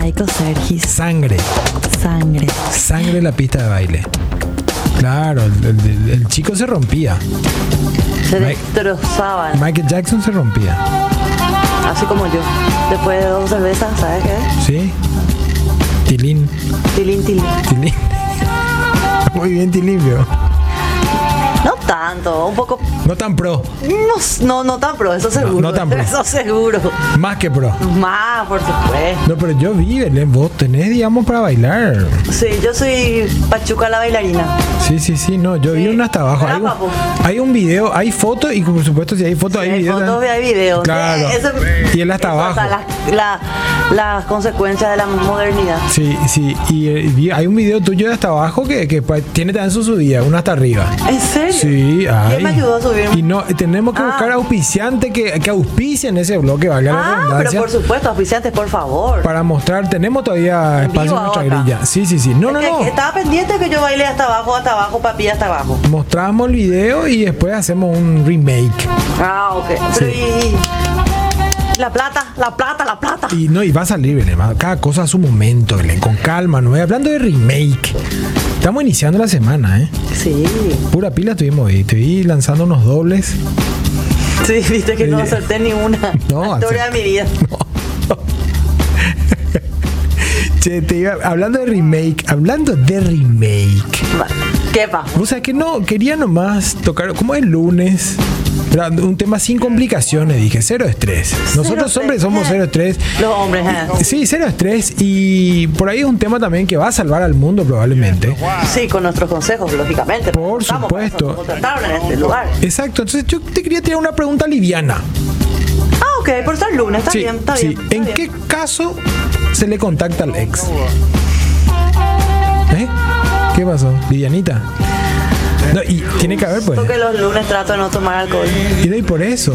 a ver, Gis. Sangre. Sangre. Sangre en la pista de baile. Claro, el, el- el chico se rompía. Se Mike. destrozaban, Michael Jackson se rompía. así como yo. Después de dos cervezas, ¿sabes qué? ¿Sí? Tilín. Tilín, tilín. Tilín. Muy bien, Tilimpio. No tanto, un poco. No tan pro. No, no, no tan pro, eso seguro. no tan pro. Eso seguro. Más que pro. Más, por supuesto. No, pero yo vi, Belén, vos tenés, digamos, para bailar. Sí, yo soy Pachuca la bailarina. Sí, sí, sí, no, yo vi Sí. uno hasta abajo. Era Hay un, papo. hay un video, hay fotos y por supuesto si hay fotos, hay Hay videos. fotos, también. hay videos. Claro. Sí, eso- y él hasta eso, o abajo. sea, las, la- las consecuencias de la modernidad. Sí, sí, y eh, vi- hay un video tuyo de hasta abajo que, que pa- tiene también su subida, uno hasta arriba. ¿En serio? Sí, hay. ¿Quién me ayudó a subir? Y no, tenemos que Ah. buscar auspiciantes que, que auspicien ese bloque, valga la ah, pero redundancia. por supuesto, auspiciantes, por favor. Para mostrar, tenemos todavía espacio en vivo nuestra acá. grilla. Sí, sí, sí. No, Es no, que no. Estaba pendiente que yo bailé hasta abajo, hasta abajo, papi, hasta abajo. Mostramos el video y después hacemos un remake. Ah, ok. Pero y- y- La plata, la plata, la plata. Y no, y va a salir, Belén. va- Cada cosa a su momento, Belén. Con calma, no hablando de remake. Estamos iniciando la semana, ¿eh? Sí. Pura pila estuvimos ahí. Estoy lanzando unos dobles. Sí, viste que no Sí. acerté ni una. No, La historia de mi vida. Che, te iba- hablando de remake, hablando de remake. ¿Qué va? O sea, que no, quería nomás tocar, como el lunes, era un tema sin complicaciones, dije, cero estrés. Nosotros Cero hombres estrés, somos eh. cero estrés. Los hombres, ¿eh? Sí, cero estrés y por ahí es un tema también que va a salvar al mundo probablemente. Sí, con nuestros consejos, lógicamente. Por Estamos para eso, supuesto. nos contrataron en este lugar. Exacto, entonces yo te quería tirar una pregunta liviana. Ah, ok, por ser lunes, está sí, bien, está sí. bien. está ¿En bien. qué caso se le contacta al ex? ¿Eh? ¿Qué pasó? Livianita. No, y tiene que haber, pues. Porque los lunes trato de no tomar alcohol. Y doy por eso.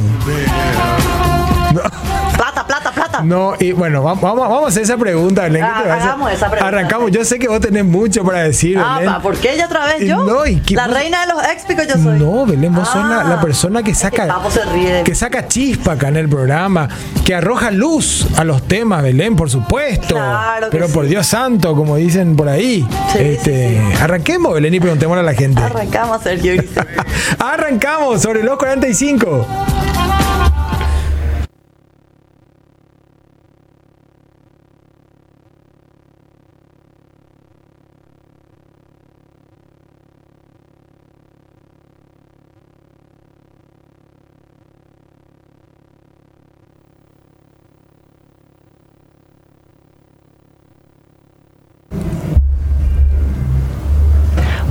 Plata, plata, plata. No, y bueno, va- vamos, vamos a hacer esa pregunta, Belén. ¿qué Ah, te parece? hagamos esa pregunta. Arrancamos. Yo sé que vos tenés mucho para decir, Ah, Belén. pa, ¿por qué ella otra vez Y yo? Eh, no, y que la vos- reina de los expicos yo soy. No, Belén, vos sos la, la Ah, persona que es saca Papo se ríe de mí. que saca chispa acá en el programa, que arroja luz a los temas, Belén, por supuesto. Claro que Pero sí. por Dios santo, como dicen por ahí. Sí, este, Arranquemos, Belén, y preguntémosle a la gente. Arrancamos, Sergio. Griso. Arrancamos sobre los 45.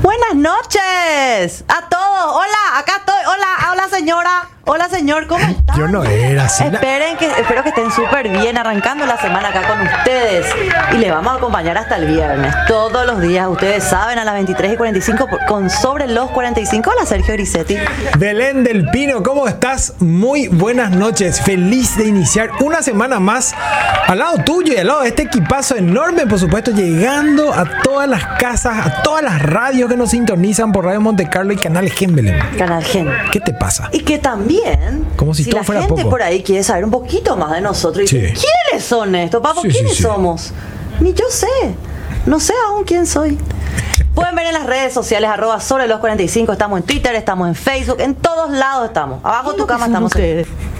Buenas noches a todos. Hola, acá estoy. Hola, hola señora. Hola señor, ¿cómo están? Yo no era así. la- Esperen que, espero que estén súper bien arrancando la semana acá con ustedes. Y les vamos a acompañar hasta el viernes. Todos los días, ustedes saben, a las 23 y 45 por- con sobre los 45. Hola Sergio Grisetti. Belén del Pino, ¿cómo estás? Muy buenas noches. Feliz de iniciar una semana más al lado tuyo y al lado de este equipazo enorme, por supuesto, llegando a todas las casas, a todas las radios que nos sintonizan por Radio Monte Carlo y Canal Gen Belén. Canal Gen. ¿Qué te pasa? Y que también, Como si todo la fuera gente poco. por ahí quiere saber un poquito más de nosotros, y Sí. dice, ¿quiénes son estos? Papo, Sí, sí, ¿quiénes sí. somos? Ni yo sé. No sé aún quién soy. Pueden ver en las redes sociales, arroba sobre los 45. Estamos en Twitter, estamos en Facebook, en todos lados estamos. Abajo tu cama estamos.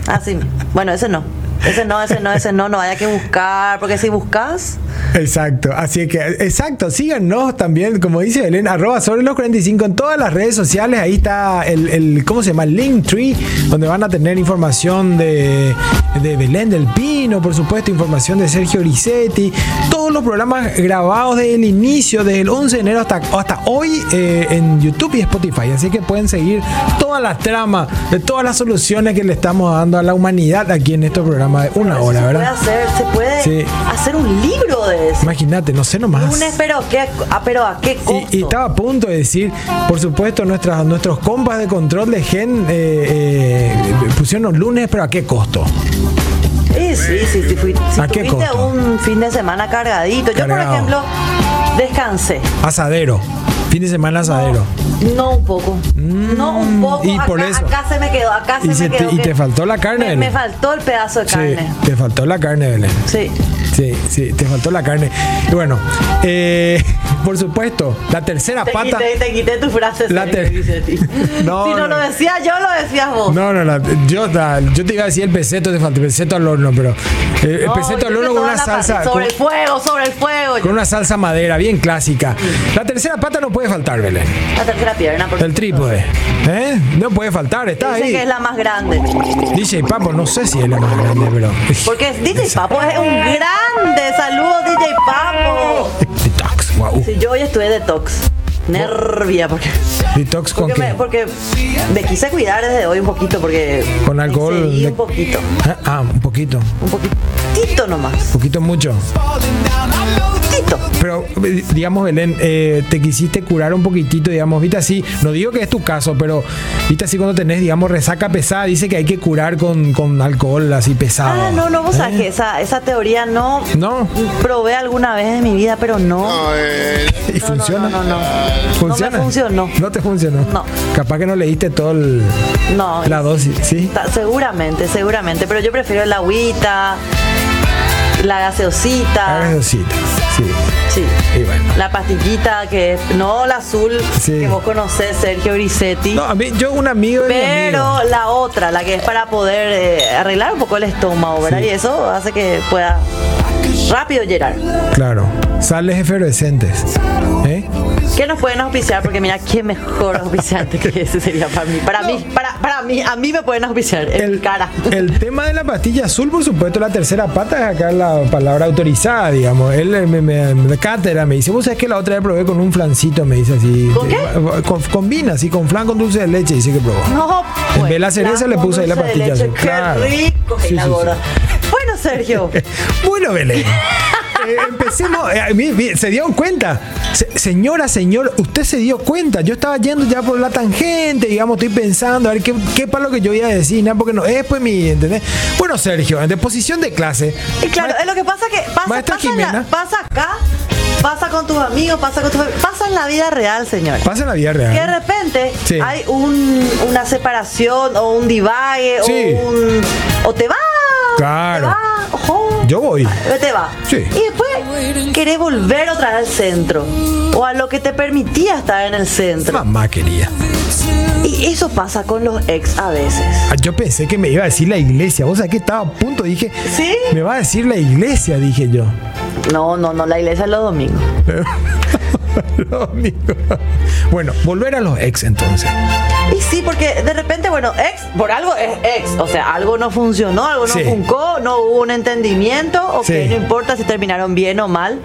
Así. Bueno, ese no. Ese no, ese no, ese no. No haya que buscar, porque si buscas. Exacto, así es que, exacto, síganos también, como dice Belén, arroba sobre los 45 en todas las redes sociales, ahí está el, el ¿cómo se llama? El Linktree, donde van a tener información de, de Belén del Pino, por supuesto, información de Sergio Ricetti, todos los programas grabados desde el inicio, desde el 11 de enero hasta, hasta hoy eh, en YouTube y Spotify, así que pueden seguir toda la trama de todas las soluciones que le estamos dando a la humanidad aquí en estos programas de una hora, se puede ¿verdad? hacer, se puede Sí. hacer un libro de eso. Imagínate, no sé nomás. Lunes, pero, ¿qué, ah, pero a qué costo. Y, y estaba a punto de decir, por supuesto, nuestras, nuestros compas de control de gen eh, eh, pusieron lunes, pero ¿a qué costo? Sí, sí, sí, sí, fui- si ¿A qué tuviste costo? un fin de semana cargadito. Yo, por Cargado. ejemplo, descansé. Asadero. Fin de semana asadero. No un poco. no un poco. Mm, y acá, por eso. acá se me quedó. Acá se Y me se te- quedó. y que- te faltó la carne, Me, Belén. me faltó el pedazo de Sí, carne. te faltó la carne, Belén. Sí. Sí, sí, te faltó la carne. Y bueno, eh, por supuesto, la tercera Te pata. quité, te quité tu frase. La Sergio ter- Vicente. No, si no no. lo decía yo, lo decías vos. No, no, la- yo, la- yo te iba a decir el peseto, te falta el peseto al horno, pero eh, el No, peseto al hiciste horno con toda una la parte- salsa. Sobre con- el fuego, sobre el fuego. con una salsa madera bien clásica. La tercera pata no puede faltar, Belén. La tercera pierna. por El supuesto. trípode. ¿Eh? No puede faltar, está Dicen que es ahí. la más grande. DJ Papo, no sé si es la más grande, pero. Porque es DJ Papo es un grande. Saludos, DJ Papo. Detox, guau. Sí, yo hoy estuve detox. Nervia, porque, Detox con porque, qué? me, porque me quise cuidar desde hoy un poquito, porque. Con alcohol. Sí, de- un poquito. Ah, Ah, un poquito. Un Un poquitito nomás. poquito mucho. Poquito. Pero, eh, digamos, Belén, eh, te quisiste curar un poquitito, digamos, viste así, no digo que es tu caso, pero viste así cuando tenés, digamos, resaca pesada, dice que hay que curar con, con alcohol así pesado. Ah, no, no, vos sabés ¿Eh? que esa, esa teoría no. No, Probé alguna vez en mi vida, pero no. y funciona. No, no, no. ¿Funciona? No me funcionó. No te funcionó. No. Capaz que no leíste todo el, No. la dosis, ¿sí? Ta- Seguramente, seguramente. Pero yo prefiero el agüita, la Hagas gaseosita. dosita, sí. Sí. Y bueno. La pastillita que es. No, la azul Sí. que vos conocés, Sergio Grisetti. No, a mí, yo un amigo de mi amigo. Pero la otra, la que es para poder eh, arreglar un poco el estómago, ¿verdad? Sí. Y eso hace que pueda rápido llegar. Claro, sales efervescentes. ¿Eh? ¿Qué nos pueden auspiciar? Porque mira, qué mejor auspiciante que ese sería para mí. Para mí, para, para mí, a mí me pueden auspiciar en mi cara. el tema de la pastilla azul, por supuesto, la tercera pata es acá la palabra autorizada, digamos. Él eh, me, me, me- cátedra me dice, vos sabés que la otra vez probé con un flancito, me dice así. ¿Con qué? Con- combina, así, con flan con dulce de leche, dice que probó. En No, vez de la cereza, flan le con puse ahí la dulce de pastilla leche. azul, Qué claro. rico, Sí, que la sí, sí. gorda. Bueno, Sergio, Bueno, Belén. eh, empecemos. eh, mi- mi- se dieron cuenta. Se- señora, señor, usted se dio cuenta. Yo estaba yendo ya por la tangente, digamos, estoy pensando, a ver qué, qué para lo que yo voy a decir, nada, porque no es pues mi, ¿entendés? Bueno, Sergio, en deposición de clase. y claro, es lo que pasa que pasa, Maestra pasa, en la- Jimena. pasa acá, pasa con tus amigos, pasa con tus pasa en la vida real, señora. Pasa en la vida Que de real. repente Sí. hay un- una separación o un divague Sí. o un. O te va. Claro. Te va, ojo, Eh, Yo voy. Te va. Sí. Y después querés volver otra vez al centro. O a lo que te permitía estar en el centro. Mamá quería. Y eso pasa con los ex a veces. ah, Yo pensé que me iba a decir la iglesia. Vos sabés que estaba a punto, dije. ¿Sí? Me va a decir la iglesia, dije yo. No, no, no, la iglesia es los domingos. No, amigo. Bueno, volver a los ex entonces. Y sí, porque de repente, bueno, ex, por algo es ex. O sea, algo no funcionó, algo no Sí. funcó, no hubo un entendimiento, o Sí. que no importa si terminaron bien o mal.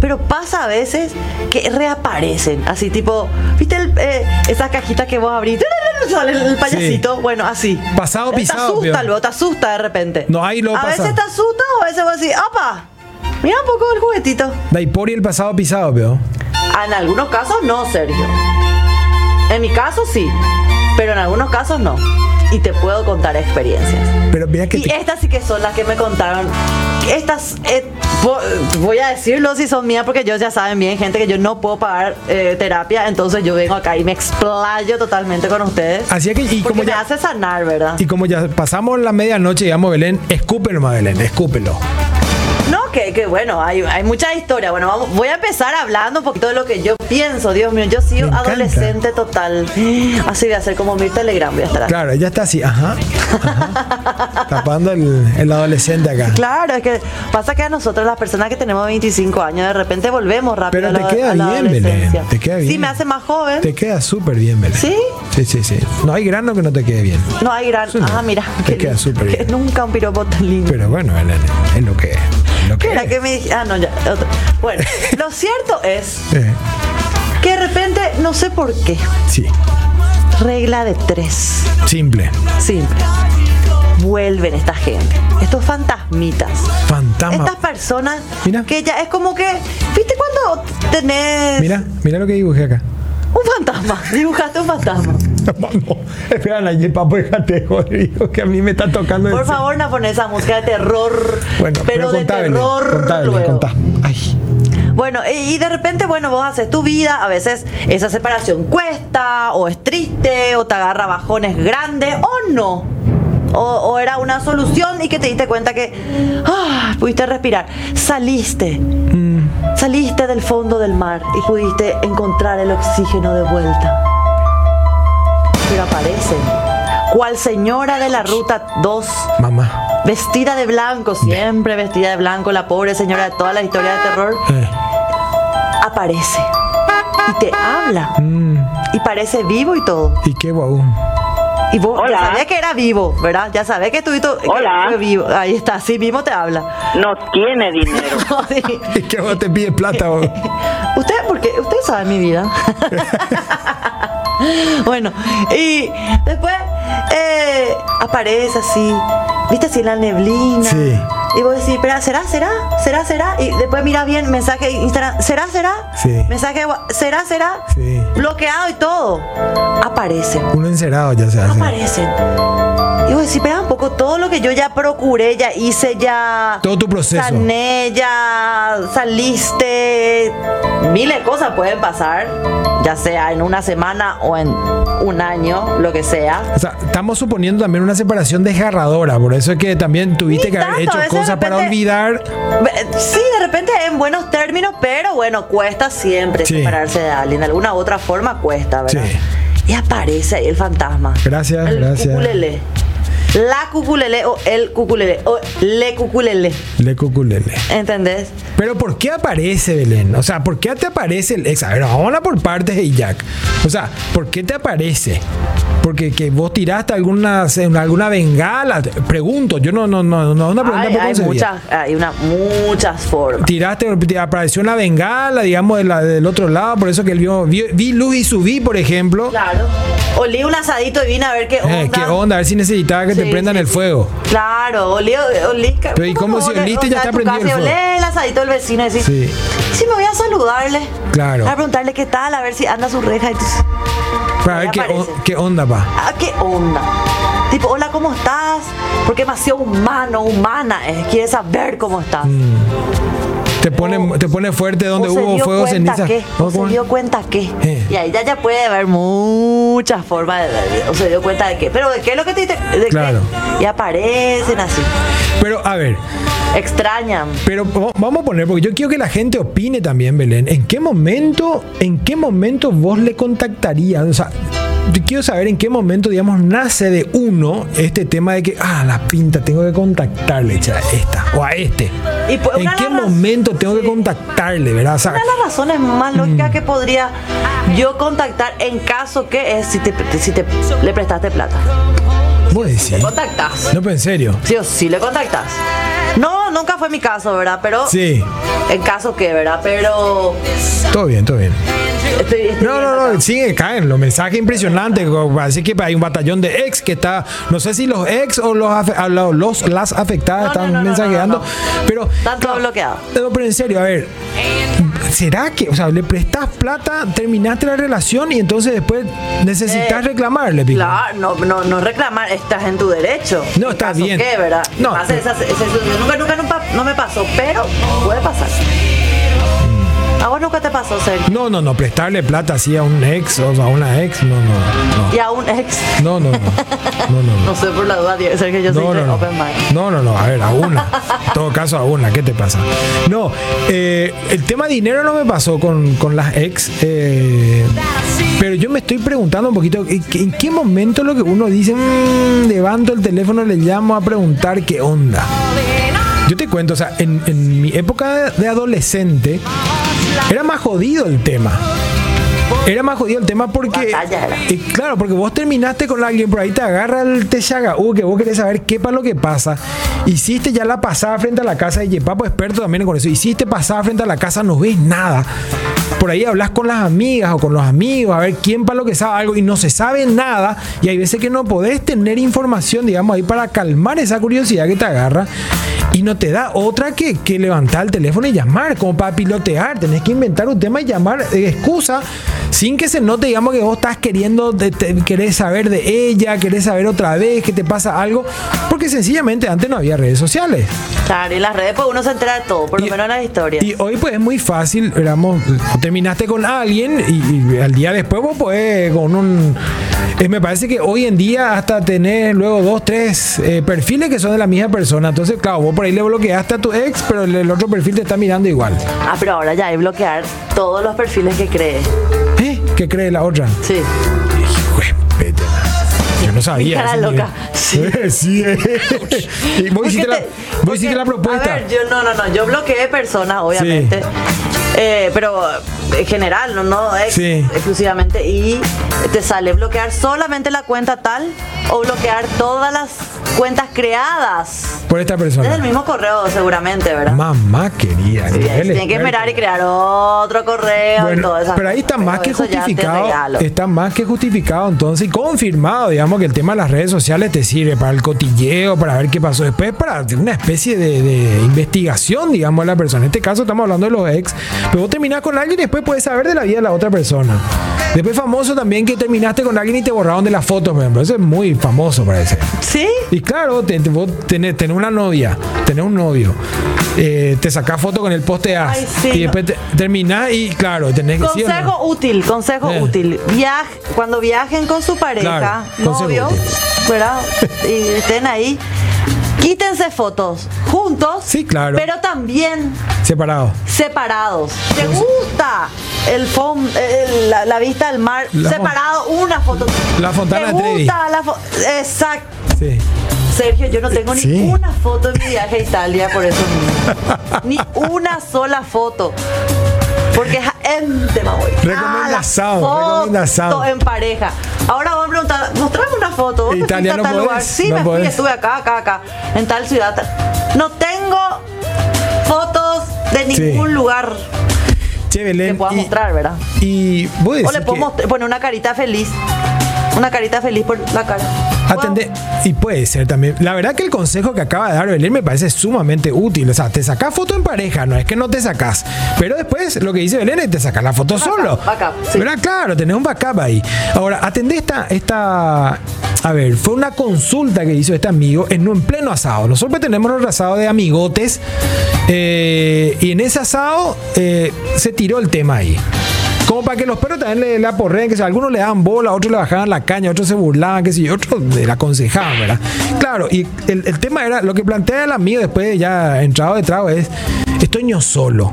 Pero pasa a veces que reaparecen, así tipo, ¿viste el, eh, esas cajitas que vos abrís? Sale el payasito, bueno, así. Pasado pisado, Te asusta, peor. luego te asusta de repente. No, ahí lo A pasa. veces te asusta o a veces vos decís, ¡apa! Mira un poco el juguetito. Daipori el pasado pisado, veo. En algunos casos no, Sergio. En mi caso sí, pero en algunos casos no. Y te puedo contar experiencias. Pero mira que Y te- estas sí eh. que son las que me contaron. Estas, eh, vo- voy a decirlo si son mías, porque ellos ya saben bien, gente, que yo no puedo pagar eh, terapia, entonces yo vengo acá y me explayo totalmente con ustedes. Así que, y porque como, me ya, hace sanar, ¿verdad? y como ya pasamos la medianoche, digamos, Belén, escúpelo más, Belén, escúpelo. No, que, que bueno, hay, hay mucha historia. Bueno, vamos, voy a empezar hablando un poquito de lo que yo pienso. Dios mío, yo Me sigo encanta. adolescente total. Así voy a ser como mi Telegram, voy a estar así. Claro, ella está así, ajá, ajá, tapando el, el adolescente acá. Claro, es que pasa que a nosotros, las personas que tenemos 25 años, de repente volvemos rápido Pero a te la, queda a la bien, adolescencia. Belén, te queda Sí, bien. me hace más joven. Te queda súper bien, Belén. ¿Sí? Sí, sí, sí. No hay grano que no te quede bien. No hay gran. Sí, no. Ah, mira. Te que- queda súper que bien. Nunca un piropo tan lindo. Pero bueno, Belén, es lo que es. es Lo que Era es. que me dije. Ah, no, ya. otro. Bueno, lo cierto es Eh, que de repente, no sé por qué, sí, regla de tres. simple. Simple. Vuelven esta gente, estos fantasmitas, Fantasma. estas personas Mira. que ya es como que, ¿viste cuando tenés Mira, mira lo que dibujé acá. un fantasma? Dibujaste un fantasma. Vamos, esperan ayer, papo, déjate, joder, hijo, que a mí me está tocando el Por favor, no pones esa música de terror, Bueno, pero, de contá, Belén, terror. contá, Belén, luego. contá. Ay. Bueno, y y de repente, bueno, vos haces tu vida, a veces esa separación cuesta, o es triste, o te agarra bajones grandes, o no. O, o era una solución y que te diste cuenta que ah, pudiste respirar. Saliste. Saliste del fondo del mar y pudiste encontrar el oxígeno de vuelta. Pero aparece, cual señora de la ruta 2, Mamá. vestida de blanco, siempre vestida de blanco, la pobre señora de toda la historia de terror, Eh. aparece y te habla Mm, y parece vivo y todo. y qué guau. Y vos Hola. ya sabés que era vivo, ¿verdad? Ya sabés que tuviste que Hola. fue vivo. Ahí está, así mismo te habla. No tiene dinero. Sí. Y qué guau te pide plata. vos. Usted, porque usted sabe mi vida. bueno, y después eh, aparece así, viste así la neblina. Sí. Y vos decís, "Pero, ¿será, será? ¿Será, será? Y después mira bien, mensaje de Instagram, ¿será, será? Sí. Mensaje, de wa- ¿será, será? Sí. Bloqueado y todo. Aparecen, Uno encerado ya se hace. aparecen. Y vos decís, pero un poco todo lo que yo ya procuré, ya hice, ya... Todo tu proceso. Sané, ya saliste. Miles de cosas pueden pasar, ya sea en una semana o en un año, lo que sea. O sea, estamos suponiendo también una separación desgarradora. Por eso es que también tuviste Ni que haber tanto, hecho a veces de cosas para repente- olvidar. Ve- Sí, de repente en buenos términos, pero bueno, cuesta siempre Sí. separarse de alguien. De alguna u otra forma cuesta, ¿verdad? Sí. Y aparece ahí el fantasma. Gracias, el gracias. cuculele. La cuculele o el cuculele o le cuculele. Le cuculele. ¿Entendés? Pero ¿por qué aparece Belén? O sea, ¿por qué te aparece el ex? A ver, vamos a hablar por partes de Jack. O sea, ¿por qué te aparece? Porque que vos tiraste alguna, alguna bengala. Pregunto, yo no, no, no, no, una pregunta Hay, por hay concebida. muchas, hay una, muchas formas. Tiraste, te apareció una bengala, digamos, de la- del otro lado, por eso que él vio, vio- vi luz y subí, por ejemplo. Claro. Olí un asadito y vine a ver qué onda. Eh, ¿Qué onda? A ver si necesitaba que te Sí, prendan sí, el sí. fuego. Claro, olí, olí. Pero, ¿y cómo si olé- oliste y ya o está sea, tu prendido el casa y fuego? olé el asadito del vecino y decís, Sí. sí, me voy a saludarle. Claro. A preguntarle qué tal, a ver si anda su reja y tú, Para Ahí ver qué, aparece. on- qué onda va. ah, qué onda. Tipo, hola, ¿cómo estás? Porque es demasiado humano, humana, es, quiere saber cómo estás. Mm. Te pone, te pone fuerte donde ¿O se hubo dio fuego, cuenta ceniza. qué? ¿No? ¿Cómo ¿O se es? dio cuenta qué? Eh. Y ahí ya, ya puede haber muchas formas de, de- o se dio cuenta de qué. Pero de qué es lo que te diste- de qué? Claro. Y aparecen así. Pero, a ver, Extrañan. Pero v- vamos a poner, porque yo quiero que la gente opine también, Belén. ¿En qué momento, en qué momento vos le contactarías? O sea, yo quiero saber en qué momento, digamos, nace de uno este tema de que, ah, la pinta, tengo que contactarle che, a esta o a este. Y pues, ¿En una qué de las- momento tengo que contactarle, verdad? O sea, Una de las razones más lógicas Mm. que podría yo contactar en caso que es si te, si te le prestaste plata. vos decís. Contactas. No, pero en serio. Sí o sí le contactas. No, nunca fue mi caso, ¿verdad? Pero Sí, en caso que, ¿verdad? Pero todo bien, todo bien. estoy- estoy No, viendo no, acá. no, sigue, caen los mensajes impresionantes. como Parece que hay un batallón de ex que está, no sé si los ex o los, afe- a lo- los las afectadas No, están no, no, no, mensajeando, no, pero Está todo claro, bloqueado. No, pero en serio, a ver, ¿será que, o sea, le prestas plata, terminaste la relación y entonces después necesitas Eh, reclamarle, Pico? Claro, no, no, no reclamar, estás en tu derecho. No, En está caso bien. que, ¿verdad? No, Pasa pero- esas- esas- esas- nunca, nunca, nunca- no me pasó, pero puede pasar. Mm. A vos nunca te pasó, Sergio. No, no, no, prestarle plata así a un ex o a una ex, no, no, Y a un ex, no, no, no, no, no, no. no. no sé por la duda, Diego, Sergio, yo No, soy no, re no. open mind. No, no, no. A ver, a una. En todo caso, a una. ¿Qué te pasa? No, eh, el tema dinero no me pasó con, con las ex. eh, pero yo me estoy preguntando un poquito, ¿en qué- en qué momento lo que uno dice, "Mm, levanto el teléfono, le llamo a preguntar qué onda? Yo te cuento, o sea, en, en mi época de adolescente era más jodido el tema. Era más jodido el tema porque. Batalla era. Eh, claro, porque vos terminaste con alguien, por ahí te agarra el techaga, uh, que vos querés saber qué para lo que pasa. Hiciste ya la pasada frente a la casa de Yepapo, experto también con eso. Hiciste pasada frente a la casa, no ves nada. Por ahí hablas con las amigas o con los amigos, a ver quién para lo que sabe algo y no se sabe nada. Y hay veces que no podés tener información, digamos, ahí para calmar esa curiosidad que te agarra. Y no te da otra que, que levantar el teléfono y llamar, como para pilotear. Tenés que inventar un tema y llamar eh, excusa sin que se note, digamos, que vos estás queriendo, te- te- querés saber de ella, querés saber otra vez que te pasa algo, porque sencillamente antes no había redes sociales. Claro, y en las redes pues uno se entera de todo, por lo Y- menos en las historias. Y hoy pues es muy fácil, digamos, terminaste con alguien y, y al día después vos podés con un... eh, me parece que hoy en día hasta tener luego dos, tres eh, perfiles que son de la misma persona. Entonces, claro, vos por ahí le bloqueaste a tu ex, pero el, el otro perfil te está mirando igual. Ah, pero ahora ya hay bloquear todos los perfiles que crees. ¿Eh? ¿Qué cree la otra? Sí. Hijo de pete. Yo no sabía. Cara ese loca. nivel. Sí, eh. Y vos Porque hiciste, la, te- vos hiciste porque, la A propuesta. ver, yo no, no, no, yo bloqueé personas, obviamente. Eh, pero en general, no, no ex- Sí. exclusivamente. Y te sale bloquear solamente la cuenta tal o bloquear todas las cuentas creadas. Por esta Desde el persona. mismo correo, seguramente, ¿verdad? Mamá querida. nivel Sí, tienen que experto. esperar y crear otro correo y Bueno, todo eso. pero ahí está más que justificado, está más que justificado entonces y confirmado, digamos, que el tema de las redes sociales te sirve para el cotilleo, para ver qué pasó después, para hacer una especie de, de investigación, digamos, de la persona. En este caso estamos hablando de los ex, pero vos terminás con alguien y después puedes saber de la vida de la otra persona. Después famoso también que terminaste con alguien y te borraron de las fotos, por ejemplo. Eso es muy famoso, parece. Sí, Y claro, te, te- vos tenés, tenés una novia, tenés un novio, eh, te sacás foto con el poste A Ay, sí, y no. después te- terminás y claro, tenés que... ¿sí o no? consejo útil, consejo Eh. útil. Viaj, cuando viajen con su pareja, Claro, consejo novio, útil. ¿verdad? Y estén ahí, quítense fotos juntos. Sí, claro. Pero también Separado. separados. ¿Te gusta el fon- el- la, la vista al mar? La fon- Separado, una foto. La Fontana ¿Te de Trevi. gusta la fo- Exacto. Sí. Sergio, yo no tengo Eh, Sí. ninguna foto en mi viaje a Italia por eso mismo. Ni una sola foto. Porque ja- em, te me voy. Recomendación, Ah, la foto recomendación. en pareja. Ahora vos me preguntar, mostrame una foto. ¿Vos te Italia fuiste a no tal lugar? podés, Sí, no me podés. fui, estuve acá, acá, acá, en tal ciudad. tal. No tengo fotos de Sí. ningún lugar Che, que Belén. pueda y, mostrar, ¿verdad? Y vos decís O le que puedo mostrar- poner una carita feliz. Una carita feliz por la cara. atendé- Y puede ser también. La verdad que el consejo que acaba de dar Belén me parece sumamente útil. O sea, te sacás foto en pareja, no es que no te sacás. Pero después lo que dice Belén es te sacas la foto solo. backup, sí. ¿Verdad? Claro, tenés un backup ahí. Ahora, atendé esta, esta. A ver, fue una consulta que hizo este amigo en, un- en pleno asado. Nosotros tenemos nuestro asado de amigotes. eh, y en ese asado eh, se tiró el tema ahí. Como para que los perros también le, le aporreen, que si a algunos le daban bola, a otros le bajaban la caña, a otros se burlaban, que si otros le aconsejaban, ¿verdad? Claro, y el, el tema era, lo que plantea el amigo después de ya entrado de trago es, estoy yo solo.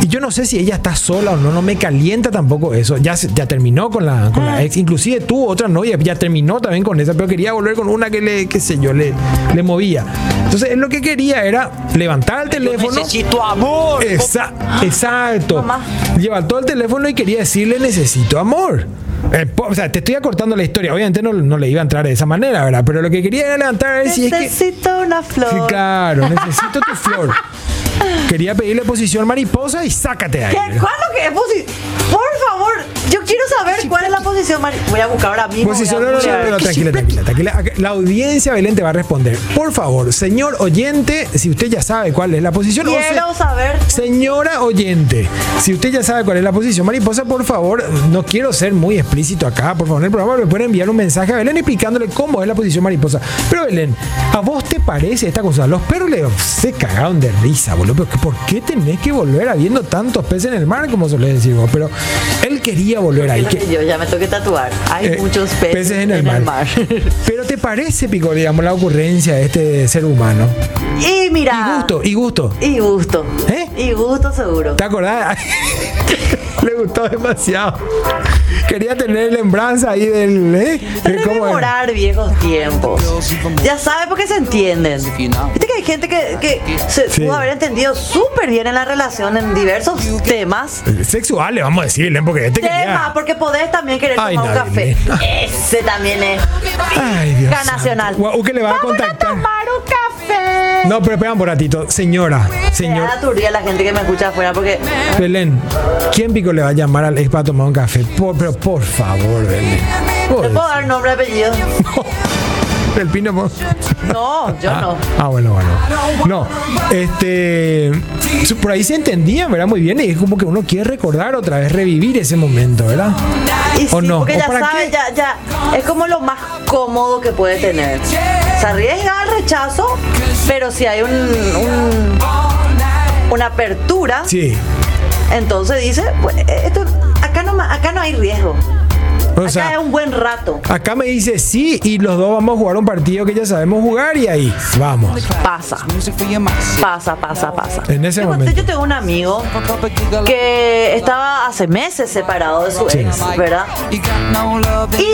Y yo no sé si ella está sola o no, no me calienta tampoco eso. Ya, se- ya terminó con la, con la ex, inclusive tú, otra novia, ya terminó también con esa, pero quería volver con una que le, qué sé yo, le, le movía. Entonces, él lo que quería era levantar el teléfono. Necesito amor. Exa- exacto. Mamá. Levantó el teléfono y quería decirle necesito amor. Eh, po- o sea, te estoy acortando la historia. Obviamente no, no le iba a entrar de esa manera, ¿verdad? Pero lo que quería era levantar a ver si es que. Necesito una flor. Sí, claro, necesito tu flor. Quería pedirle posición mariposa y sácate de ahí. ¿Qué? ¿verdad? ¿Cuál lo que es posi- Por favor, yo quiero saber cuál es la posición, Mari. Voy a buscar ahora mismo. Pues sí, voy a solo- no, no, googlear. no, no, tranquila, tranquila, tranquila. Acá La audiencia Belén te va a responder. Por favor, señor oyente, si usted ya sabe cuál es la posición. o se- Quiero saber. Señora oyente, si usted ya sabe cuál es la posición mariposa, por favor, no quiero ser muy explícito acá, por favor, en el programa me pueden enviar un mensaje a Belén explicándole cómo es la posición mariposa. Pero Belén, ¿a vos te parece esta cosa? Los perros le- se cagaron de risa, boludo, pero ¿por qué tenés que volver habiendo tantos peces en el mar, como solés decir vos? Pero él quería volver ahí. Es lo que- que Yo ya me tengo que tatuar. Hay eh, muchos peces, en el mar. Pero ¿te parece, Pico, digamos, la ocurrencia de este ser humano? y mira. Y gusto, y gusto. Y gusto. ¿Eh? Y gusto seguro. ¿Te acordás? Le gustó demasiado. Quería tener lembranza ahí del. ¿eh? De cómo era. Rememorar viejos tiempos. Ya sabes por qué se entienden. Viste que hay gente que, que se Sí. pudo haber entendido súper bien en la relación en diversos temas. Sexual, le vamos a decir, Belén, porque este Tema, quería. porque podés también querer Ay, tomar un nadie café. Ese también es. Ay, Dios. Ca Nacional. santo. Guau, ¿qué le va a contactar? No, pero esperan un ratito. Señora, Me señor da turía la gente que me escucha afuera porque Belén, ¿quién pico le va a llamar al ex para tomar un café? Por, pero por favor, Belén. Por- puedo dar nombre y apellido. del Pino Pons. No, yo no. Ah, bueno, bueno. No, este. su- Por ahí se entendían, ¿verdad? Muy bien. Y es como que uno quiere recordar otra vez, revivir ese momento, ¿verdad? Y ¿O sí, no? porque ¿O ya para sabes, qué? ya, ya, es como lo más cómodo que puede tener. Se arriesga al rechazo, pero si hay un, un- una apertura, Sí. entonces dice, pues, esto, acá, no, ma- acá no hay riesgo. O Acá sea, es un buen rato. acá me dice sí y los dos vamos a jugar un partido que ya sabemos jugar y ahí vamos. Pasa, pasa, pasa, pasa. En ese Yo conté- momento. Yo tengo un amigo que estaba hace meses separado de su Sí. ex, ¿verdad? Y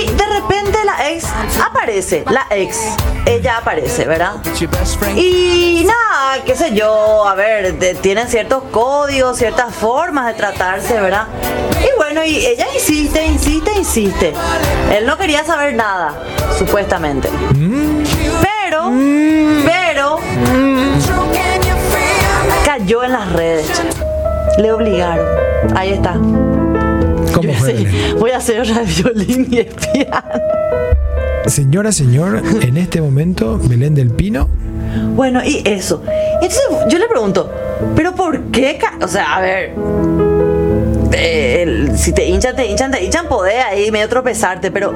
de repente la ex aparece, la ex, ella aparece, ¿verdad? Y nada, qué sé yo, a ver, de- tienen ciertos códigos, ciertas formas de tratarse, ¿verdad? Y bueno, y ella insiste, insiste, insiste. Él no quería saber nada, supuestamente. Pero, pero, cayó en las redes. Le obligaron. Ahí está. ¿Cómo Voy a fue, Belén? hacer- Voy a hacer raviolín y el piano. Señora, señor, en este momento, Belén del Pino. Bueno, y eso. Entonces yo le pregunto, ¿pero por qué? ca- O sea, a ver. eh, el- si te hinchan, te hinchan, te hinchan, podés ahí medio tropezarte, pero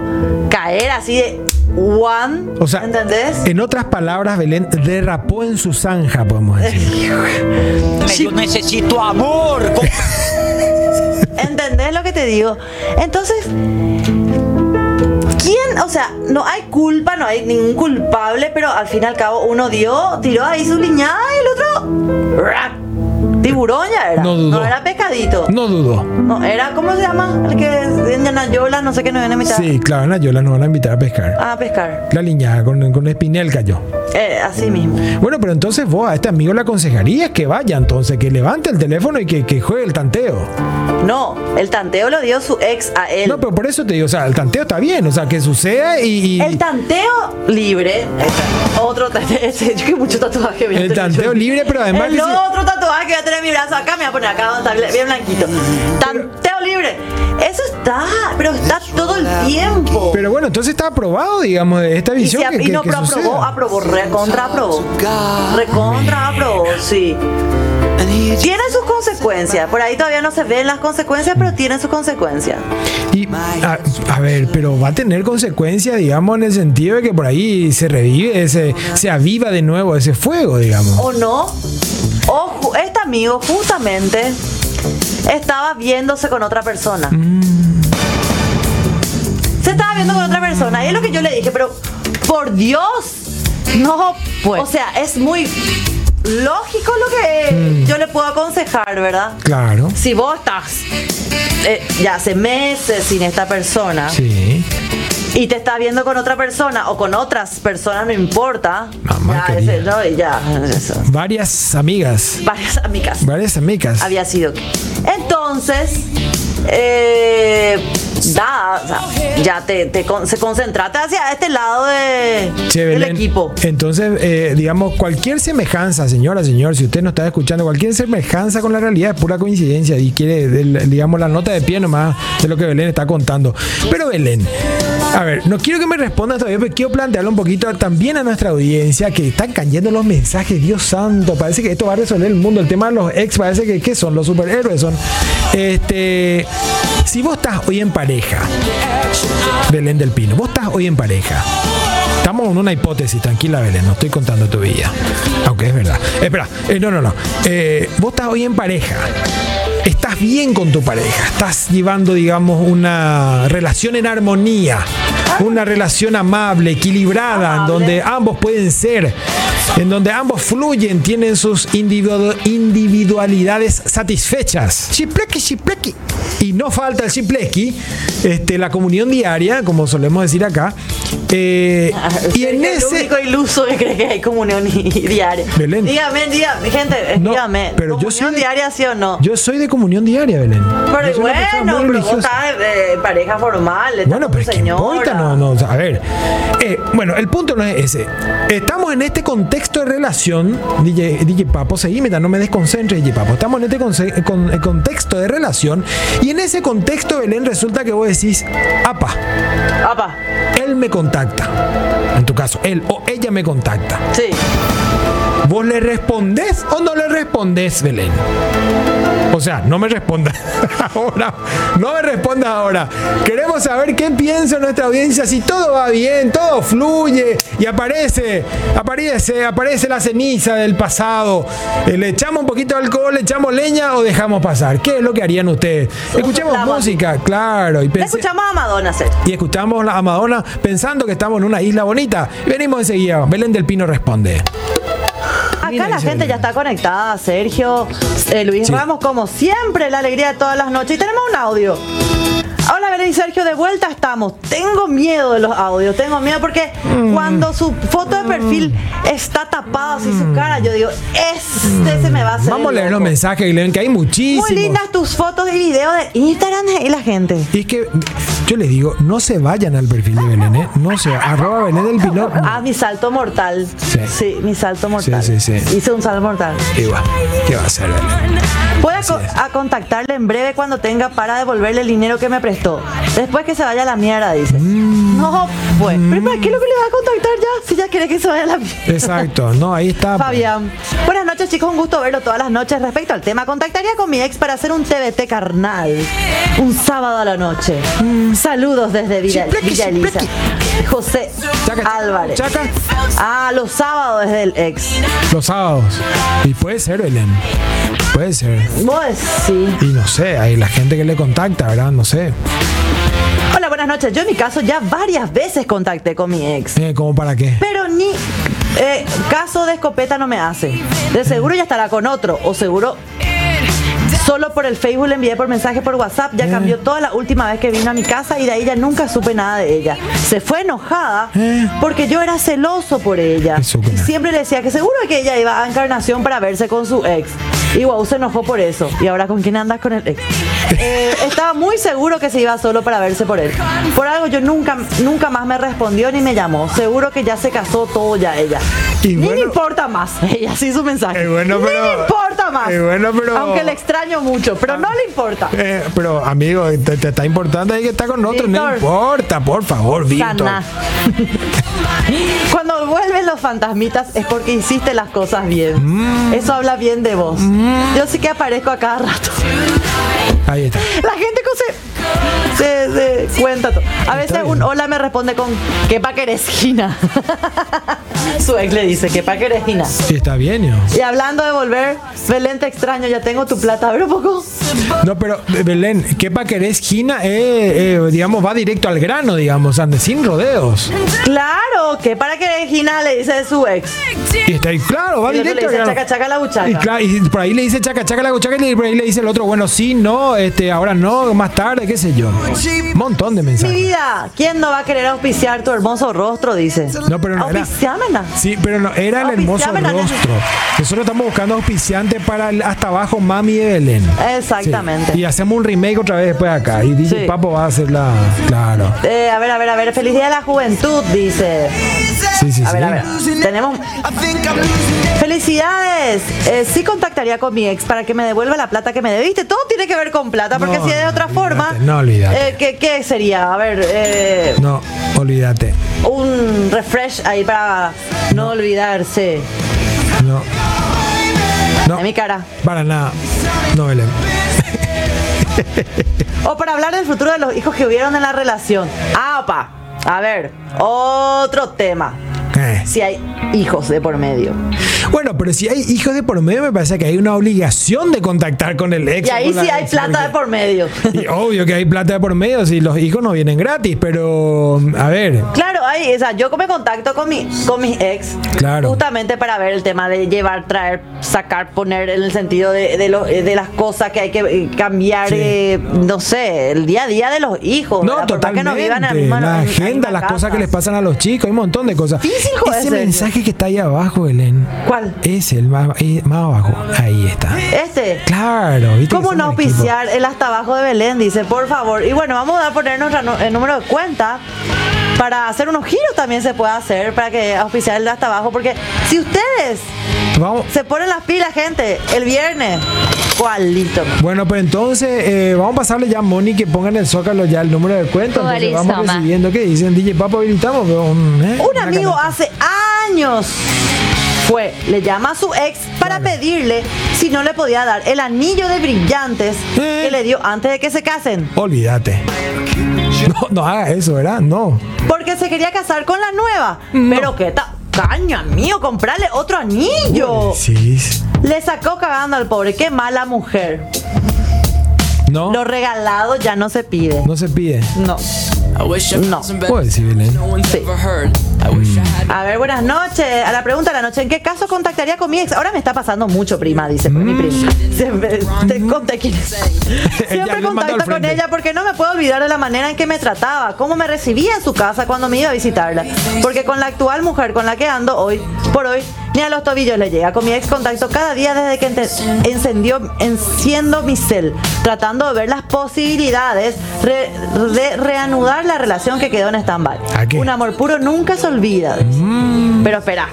caer así de one. O sea, eh, ¿entendés? en otras palabras, Belén derrapó en su zanja, podemos decir. Yo necesito amor. ¿Entendés lo que te digo? Entonces, ¿quién? O sea, no hay culpa, no hay ningún culpable, pero al fin y al cabo uno dio, tiró ahí su liñada y el otro. ¡rac! Tiburón ya era. No dudó. era pescadito. No dudo. No, era, ¿cómo se llama? El que es en Nayola, no sé qué nos viene a mitad. Sí, claro, en la Yola nos van a invitar a pescar. A pescar. La liñada con, con espinel cayó. Eh, así mismo. Bueno, pero entonces vos a este amigo le aconsejarías que vaya, entonces, que levante el teléfono y que, que juegue el tanteo. No, el tanteo lo dio su ex a él. No, pero por eso te digo, o sea, el tanteo está bien, o sea, que suceda y. y- El tanteo libre. Otro tanteo. Ese, yo que mucho tatuaje voy a El tener tanteo yo. libre, pero además El que si- otro tatuaje que voy a tener en mi brazo acá me voy a poner acá donde está bien blanquito. Tanteo libre. Eso está, pero está todo el tiempo. pero bueno, entonces está aprobado, digamos, de esta y, si visión ap- que, y que- no, que pero aprobó, suceda. aprobó, recontra aprobó. Recontra aprobó, sí. Tiene sus consecuencias. Por ahí todavía no se ven las consecuencias, pero tiene sus consecuencias. Y, a, a ver, pero va a tener consecuencias, digamos, en el sentido de que por ahí se revive, ese, se aviva de nuevo ese fuego, digamos. o no. O ju- este amigo justamente estaba viéndose con otra persona. Se estaba viendo con otra persona. Y es lo que yo le dije, pero por Dios. No, pues. O sea, es muy lógico lo que yo le puedo aconsejar, ¿verdad? Claro. Si vos estás eh, ya hace meses sin esta persona Sí. y te estás viendo con otra persona o con otras personas, no importa. Mamá ya, querida. ese- no, y ya, eso. Varias amigas. Varias amigas Varias amigas. había sido. Entonces, eh, da, o sea, ya te, te con- se concentraste hacia este lado de, Che, del Belén, equipo. Entonces, eh, digamos, cualquier semejanza, señora, señor, si usted no está escuchando, cualquier semejanza con la realidad es pura coincidencia y quiere, del- digamos, la nota de pie nomás de lo que Belén está contando. Pero Belén, a ver, no quiero que me respondas todavía, pero quiero plantearlo un poquito también a nuestra audiencia que están cayendo los mensajes, Dios santo, parece que esto va a resolver el mundo. El tema de los ex parece que ¿qué son? Los superhéroes son. Este, si vos estás hoy en pareja, Belén del Pino, vos estás hoy en pareja. Estamos en una hipótesis, tranquila Belén, no estoy contando tu vida. Aunque es verdad. Espera, eh, no, no, no. Eh, vos estás hoy en pareja. Estás bien con tu pareja. Estás llevando, digamos, una relación en armonía. Una relación amable, equilibrada, en Amable. donde ambos pueden ser. En donde ambos fluyen, tienen sus individu- individualidades satisfechas. Chipleki, chipleki. Y no falta el chipleki, este, la comunión diaria, como solemos decir acá. Eh, y Soy en el ese. único iluso que cree que hay comunión y- y diaria. Belén. Dígame, dígame, gente, eh, No, dígame. pero yo ¿Comunión soy de- diaria sí o no? Yo soy de comunión diaria, Belén. Yo pero soy una persona muy bueno, pero vos religiosa. estás eh, en pareja formal. estás Bueno, con pero es tu que importa, señora. no, no, o sea, a ver. Eh, bueno, el punto no es ese. Estamos en este contexto de relación, DJ, DJ Papo, seguime, no me desconcentres, DJ Papo. Estamos en este conse- con- eh, contexto de relación y en ese contexto, Belén, resulta que vos decís, apa, Apa, él me contacta. en tu caso, él o ella me contacta. Sí. ¿Vos le respondés o no le respondés, Belén? O sea, no me respondas ahora. No me respondas ahora. Queremos saber qué piensa nuestra audiencia. Si todo va bien, todo fluye y aparece, aparece, aparece la ceniza del pasado. Eh, ¿Le echamos un poquito de alcohol, le echamos leña o dejamos pasar? ¿Qué es lo que harían ustedes? Escuchemos soplamos. música, claro. Y La pensé- escuchamos a Madonna hacer. y escuchamos a Madonna pensando que estamos en una isla bonita. Venimos enseguida. Belén del Pino responde. Acá Mira, la dice gente Belén. ya está conectada, Sergio, eh, Luis Sí. Ramos, como siempre, la alegría de todas las noches. Y tenemos un audio. Hola Belén y Sergio, de vuelta estamos. Tengo miedo de los audios, tengo miedo porque Mm. cuando su foto de perfil está tapada así su cara, yo digo, este se me va a hacer. Mm. Vamos a el leer los loco". mensajes, Belén, que hay muchísimos. Muy lindas tus fotos y videos de Instagram y la gente. Y es que yo les digo, no se vayan al perfil de Belén, ¿eh? No se Arroba Belén del Pino. Ah, mi salto mortal. Sí. Sí, mi salto mortal. sí, sí. Hice un salto mortal. ¿Qué va? ¿Qué va a hacer Belén? Voy a, co- a contactarle en breve cuando tenga para devolverle el dinero que me prestó. Después que se vaya a la mierda, dice. Mm. No, pues. Pero ¿para qué lo que le va a contactar ya? Si ya quiere que se vaya a la mierda. Exacto, no, ahí está. pues. Fabián. Buenas noches, chicos. Un gusto verlo todas las noches. Respecto al tema, contactaría con mi ex para hacer un TBT carnal. Un sábado a la noche. Mm. Saludos desde Villa, Chiplequi, Villa Elisa. José Chaca, chaca, Álvarez. chaca. Ah, los sábados desde el ex. Los sábados. Y puede ser, Belén. Puede ser. Pues sí. Y no sé, hay la gente que le contacta, ¿verdad? No sé. Hola, buenas noches. Yo en mi caso ya varias veces contacté con mi ex. Eh, ¿Cómo para qué? Pero ni eh, caso de escopeta no me hace. De seguro ya estará con otro. O seguro solo por el Facebook le envié por mensaje por WhatsApp. Eh. Ya cambió toda la última vez que vino a mi casa y de ahí ya nunca supe nada de ella. Se fue enojada Eh. porque yo era celoso por ella. Qué sucuna. Y siempre le decía que seguro que ella iba a Encarnación para verse con su ex. Y wow, se enojó por eso. ¿Y ahora con quién andas con el ex? Eh, estaba muy seguro que se iba solo para verse por él. Por algo yo nunca, nunca más me respondió ni me llamó. Seguro que ya se casó todo ya ella. Y ni me bueno- importa más. Ella sí su mensaje. Eh, bueno, Ni pero- me importa más. eh, bueno, pero- Aunque le extraño mucho, pero no le importa. Eh, pero amigo, te, te está importante ahí que está con otro, no Víctor. importa, por favor, Víctor. Sana. Cuando vuelven los fantasmitas es porque hiciste las cosas Mm. bien. Eso habla bien de vos. Yo sí que aparezco a cada rato. Ahí está. La gente que se, se- se cuenta todo. A veces bien. un hola me responde con ¿Qué pa' querés, Gina? Su ex le dice ¿Qué pa' querés, Gina? Sí, está bien, ¿no? Y hablando de volver, Belén te extraño, ya tengo tu plata. A ver un poco. No, pero eh, Belén, ¿qué pa' querés, Gina? Eh, eh, digamos, va directo al grano, digamos, ande sin rodeos. Claro, ¿qué para querés, Gina? Le dice su ex. Y está ahí, claro, va Y el otro directo le al dice grano. chaca, chaca la Y, buchaca. claro, y por ahí le dice chaca, chaca la chaca, y por ahí le dice el otro, bueno, sí, no, este, ahora no, más tarde, qué sé yo. Montón de Mi mensajes. vida, ¿quién no va a querer auspiciar tu hermoso rostro? Dice. No, pero no era- Auspiciámela. Sí, pero no, era el hermoso Auspiciame la nena. rostro. Nosotros estamos buscando auspiciante para el hasta abajo Mami de Belén. Sí. Exactamente. Y hacemos un remake otra vez después acá. Y DJ Sí. Papo va a hacer la. Claro. Eh, a ver, a ver, a ver. Feliz día de la juventud, dice. Sí, sí, sí. A ver, a ver. Tenemos. Felicidades. Eh, sí contactaría con mi ex para que me devuelva la plata que me debiste. Todo tiene que ver con plata, porque No, si es de no, otra olvídate, forma. no, olvídate. eh, ¿qué, qué sería? A ver, eh, No, olvídate. un refresh ahí para no olvidarse No. No, de mi cara. para nada. No, Belén. O para hablar del futuro de los hijos que hubieron en la relación. Ah, opa. A ver, otro tema. Eh. Si hay hijos de por medio. Bueno, pero si hay hijos de por medio, me parece que hay una obligación de contactar con el ex. Y ahí sí hay plata de por medio. medio. obvio que hay plata de por medio si los hijos no vienen gratis, pero a ver, Claro, ahí, o sea, yo me contacto con mi, con mis ex, Claro. justamente para ver el tema de llevar, traer, sacar, poner en el sentido de, de, lo- de las cosas que hay que eh, cambiar, Sí. eh, no sé, el día a día de los hijos. No, ¿verdad? Por más totalmente. que no vivan en la misma- en la la agenda, misma las casa. cosas que les pasan a los chicos, hay un montón de cosas. Difícil, joder, Ese Sergio. mensaje que está ahí abajo, Helen. ¿Cuál? Es el más, eh, más abajo. Ahí está. Este. Claro. ¿viste que ¿Cómo son no un equipo? auspiciar el hasta abajo de Belén? Dice, por favor. Y bueno, vamos a poner nuestro nu- el número de cuenta para hacer unos giros también se puede hacer para que auspiciar el hasta abajo. Porque si ustedes Vamos. Se ponen las pilas, gente. El viernes. ¿Cuál listo? Bueno, pues entonces eh, vamos a pasarle ya a Moni que ponga en el zócalo ya el número de cuenta. Todo Entonces, listo, vamos ma. recibiendo que dicen DJ Papo habilitamos. pero, mm, eh, Un una amigo canasta. hace años fue, le llama a su ex para pedirle si no le podía dar el anillo de brillantes Eh. que le dio antes de que se casen, Olvídate. No, no haga eso, ¿verdad? No. porque se quería casar con la nueva. Pero qué ta caña mío, comprarle otro anillo. Sí. Le sacó cagando al pobre, qué mala mujer. No. Lo regalado ya no se pide. No se pide. No. I wish I No. no. some better Puedo decir, Belén. no one's Sí. ever heard. I wish I had A ver, buenas noches. A la pregunta de la noche, ¿en qué caso contactaría con mi ex? Ahora me está pasando mucho, prima, dice pues, mi prima. Siempre, te conté quién es. Mm. Ella Siempre le mandó al contacto con frente. ella porque no me puedo olvidar de la manera en que me trataba, cómo me recibía en su casa cuando me iba a visitarla. Porque con la actual mujer con la que ando hoy, por hoy, ni a los tobillos le llega. Con mi ex contacto cada día desde que ente- encendió, enciendo mi cel, tratando de ver las posibilidades re- de reanudar la relación que quedó en stand-by. ¿A qué? Mm. Un amor puro nunca se olvida. dice. Pero espera.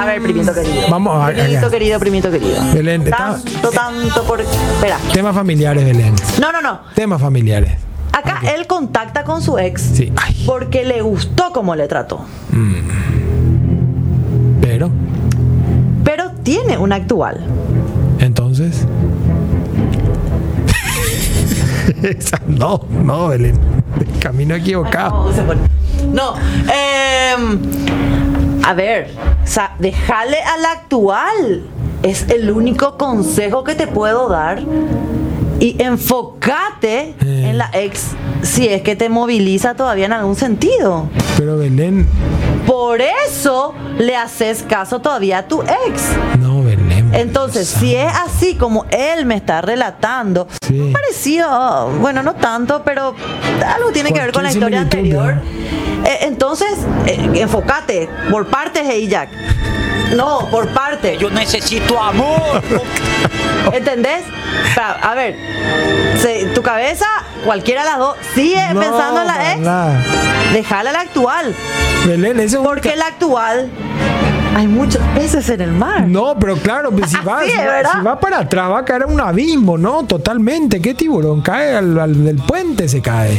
A ver, primito querido. Vamos a- Primito acá. querido, primito querido. Belén, está- tanto, tanto por. Espera. Temas familiares, Belén. No, no, no. Temas familiares. Acá él contacta con su ex Sí. Ay, porque le gustó cómo le trató. pero, Pero tiene una actual. entonces. Esa- no, no, Belén. Camino equivocado. No, Oh, se pone- No, em, a ver, o sea, déjale al actual. Es el único consejo que te puedo dar. Y enfócate Eh. en la ex si es que te moviliza todavía en algún sentido. Pero Belén. Por eso le haces caso todavía a tu ex. No, Belén. Entonces, si es así como él me está relatando, Sí. parecido, bueno, no tanto, pero algo tiene que ver con la Cualquier historia similitud, anterior. Eh, entonces, eh, enfócate por partes, hey Jack. No, por partes. Yo necesito amor. ¿Entendés? Pa- a ver, se- tu cabeza, cualquiera de las dos, sigue No, pensando en la ex, maná. déjala la actual. Belén, ese es un Porque la actual, hay muchos peces en el mar. No, pero claro, pues si va, Así si, es, va- Ah, ¿verdad? si va para atrás va a caer en un abismo, ¿no? Totalmente. ¿Qué tiburón? Cae al, al- del puente, se cae.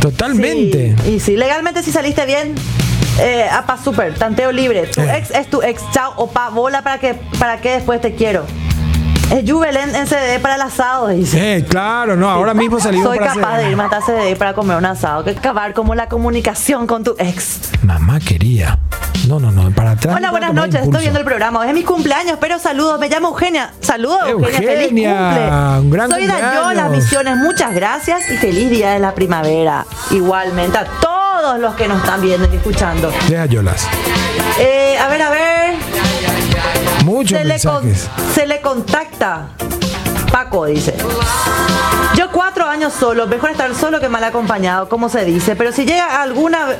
Totalmente. Sí, y sí, legalmente si saliste bien, eh, apa super, tanteo libre. Tu Eh. ex es tu ex, chao, opa, bola para que, para que después te quiero. Es Jubelén en CD para el asado, dice. Eh, claro, no, ahora mismo salimos Soy para capaz hacer- de irme hasta CD para comer un asado, que acabar como la comunicación con tu ex. Mamá quería. No, no, no, para atrás. Hola, no buenas tomar noches, impulso. estoy viendo el programa. Es mi cumpleaños, pero saludos. Me llamo Eugenia. Saludos, Eugenia. Feliz Eugenia, cumple. un gran Soy cumpleaños. Dayola Misiones. Muchas gracias y feliz día de la primavera. Igualmente a todos los que nos están viendo y escuchando. Deja yolas. Eh, a ver, a ver. Muchos Se le, con- mensajes. se le contacta. Paco dice. Yo cuatro años solo, mejor estar solo que mal acompañado, como se dice. Pero si llega alguna, ve-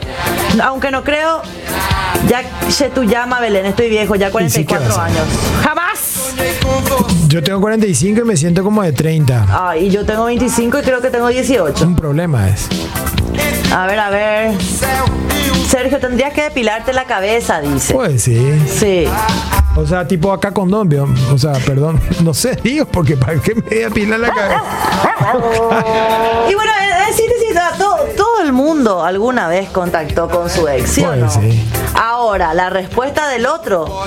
aunque no creo, ya se tu llama Belén, estoy viejo, ya Y sí, ¿qué 44 vas a hacer? años. ¡Jamás! Yo tengo 45 y me siento como de 30. Ay, y yo tengo 25 y creo que tengo 18. Un problema es. A ver, a ver. Sergio, tendrías que depilarte la cabeza, dice. Pues sí. Sí. O sea, tipo acá con Dombio. O sea, perdón. No sé, digo, porque para qué me voy a pilar la cabeza. Y bueno, eh, eh, sí, sí, sí, a todo, todo el mundo alguna vez contactó con su ex, ¿sí o Puede no? ser. Ahora, la respuesta del otro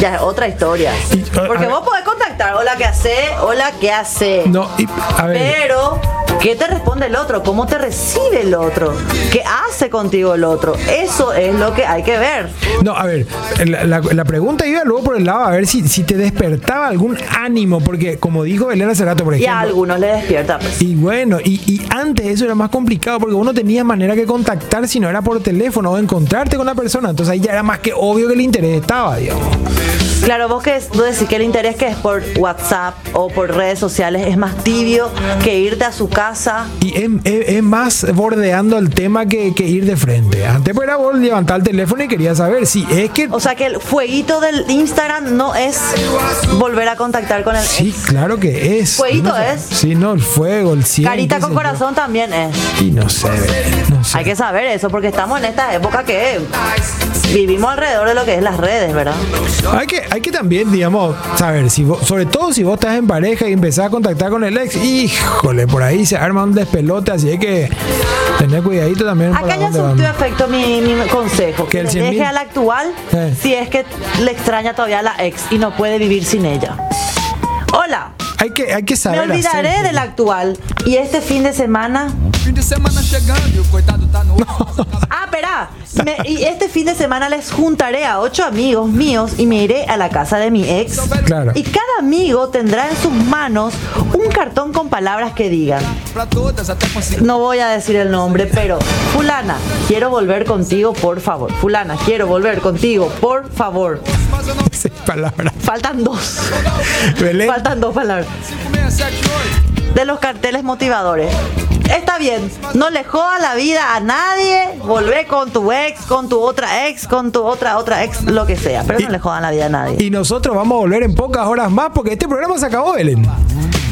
ya es otra historia. Y, a- Porque a vos podés contactar, hola, ¿qué hace? Hola, ¿qué hace? No, y, a ver. Pero, ¿qué te responde el otro? ¿Cómo te recibe el otro? ¿Qué hace contigo el otro? Eso es lo que hay que ver. No, a ver, la, la- la pregunta iba luego por el lado a ver si, si te despertaba algún ánimo, porque como dijo Belén hace rato, por Y a ejemplo. algunos le despierta. pues. Y bueno, y, y antes eso era más complicado porque uno tenía manera que contactar si no era por teléfono o encontrarte con la persona. Entonces ahí ya era más que obvio que el interés estaba, digamos. Claro, vos que es- vos decís que el interés que es por WhatsApp o por redes sociales es más tibio que irte a su casa casa. Y es, es- es más bordeando el tema que, que ir de frente. Antes pues, era vos levantar el teléfono y quería saber si es que... O sea que el fueguito del Instagram no es volver a contactar con el Sí, ex. claro que es. Fueguito No sé. es. Sí, no, el fuego, el cielo. Carita qué con sé yo. corazón también es. Y no sé, no sé. Hay que saber eso porque estamos en esta época que vivimos alrededor de lo que es las redes, ¿verdad? Hay que, hay que también, digamos, saber, si vos- sobre todo si vos estás en pareja y empezás a contactar con el ex, híjole, por ahí se arma un despelote, así hay que tener cuidadito también. para Acá ya dónde surtió vamos. efecto mi, mi consejo. Que Que el le 100.000. deje a la actual Eh. si es que le extraña todavía a la ex y no puede vivir sin ella. Hola, hay que, hay que me saber. olvidaré hacer. de la actual y este fin de semana. Fim de semana chegando e o coitado tá no. Não. Ah, espera. me- y este fin de semana les juntaré a ocho amigos míos y me iré a la casa de mi ex. Claro. Y cada amigo tendrá en sus manos un cartón con palabras que digan. Pra todas, até conseguir. No voy a decir el nombre, pero fulana, quiero volver contigo, por favor. Fulana, quiero volver contigo, por favor. Mas eu não. Seis palabras. Faltan dos. Belén, Faltan dos palabras. 5678. De los carteles motivadores. Está bien, no le joda la vida a nadie. Volvé con tu ex, con tu otra ex, con tu otra otra ex, lo que sea. Pero no le jodan la vida a nadie. y nosotros vamos a volver en pocas horas más porque este programa se acabó, Belén.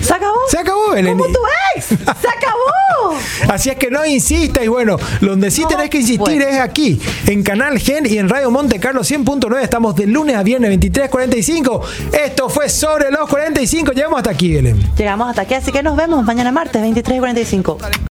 ¿Se acabó? Se acabó, Belén. ¡Como tu ex! ¡Se acabó! Así es que no insistas y bueno, donde sí No, tenés que insistir bueno. es aquí, en Canal Gen y en Radio Monte Carlo 100.9. Estamos de lunes a viernes 23.45. Esto fue sobre los 45. Llegamos hasta aquí, Belén. Llegamos hasta aquí, así que nos vemos mañana martes 23.45.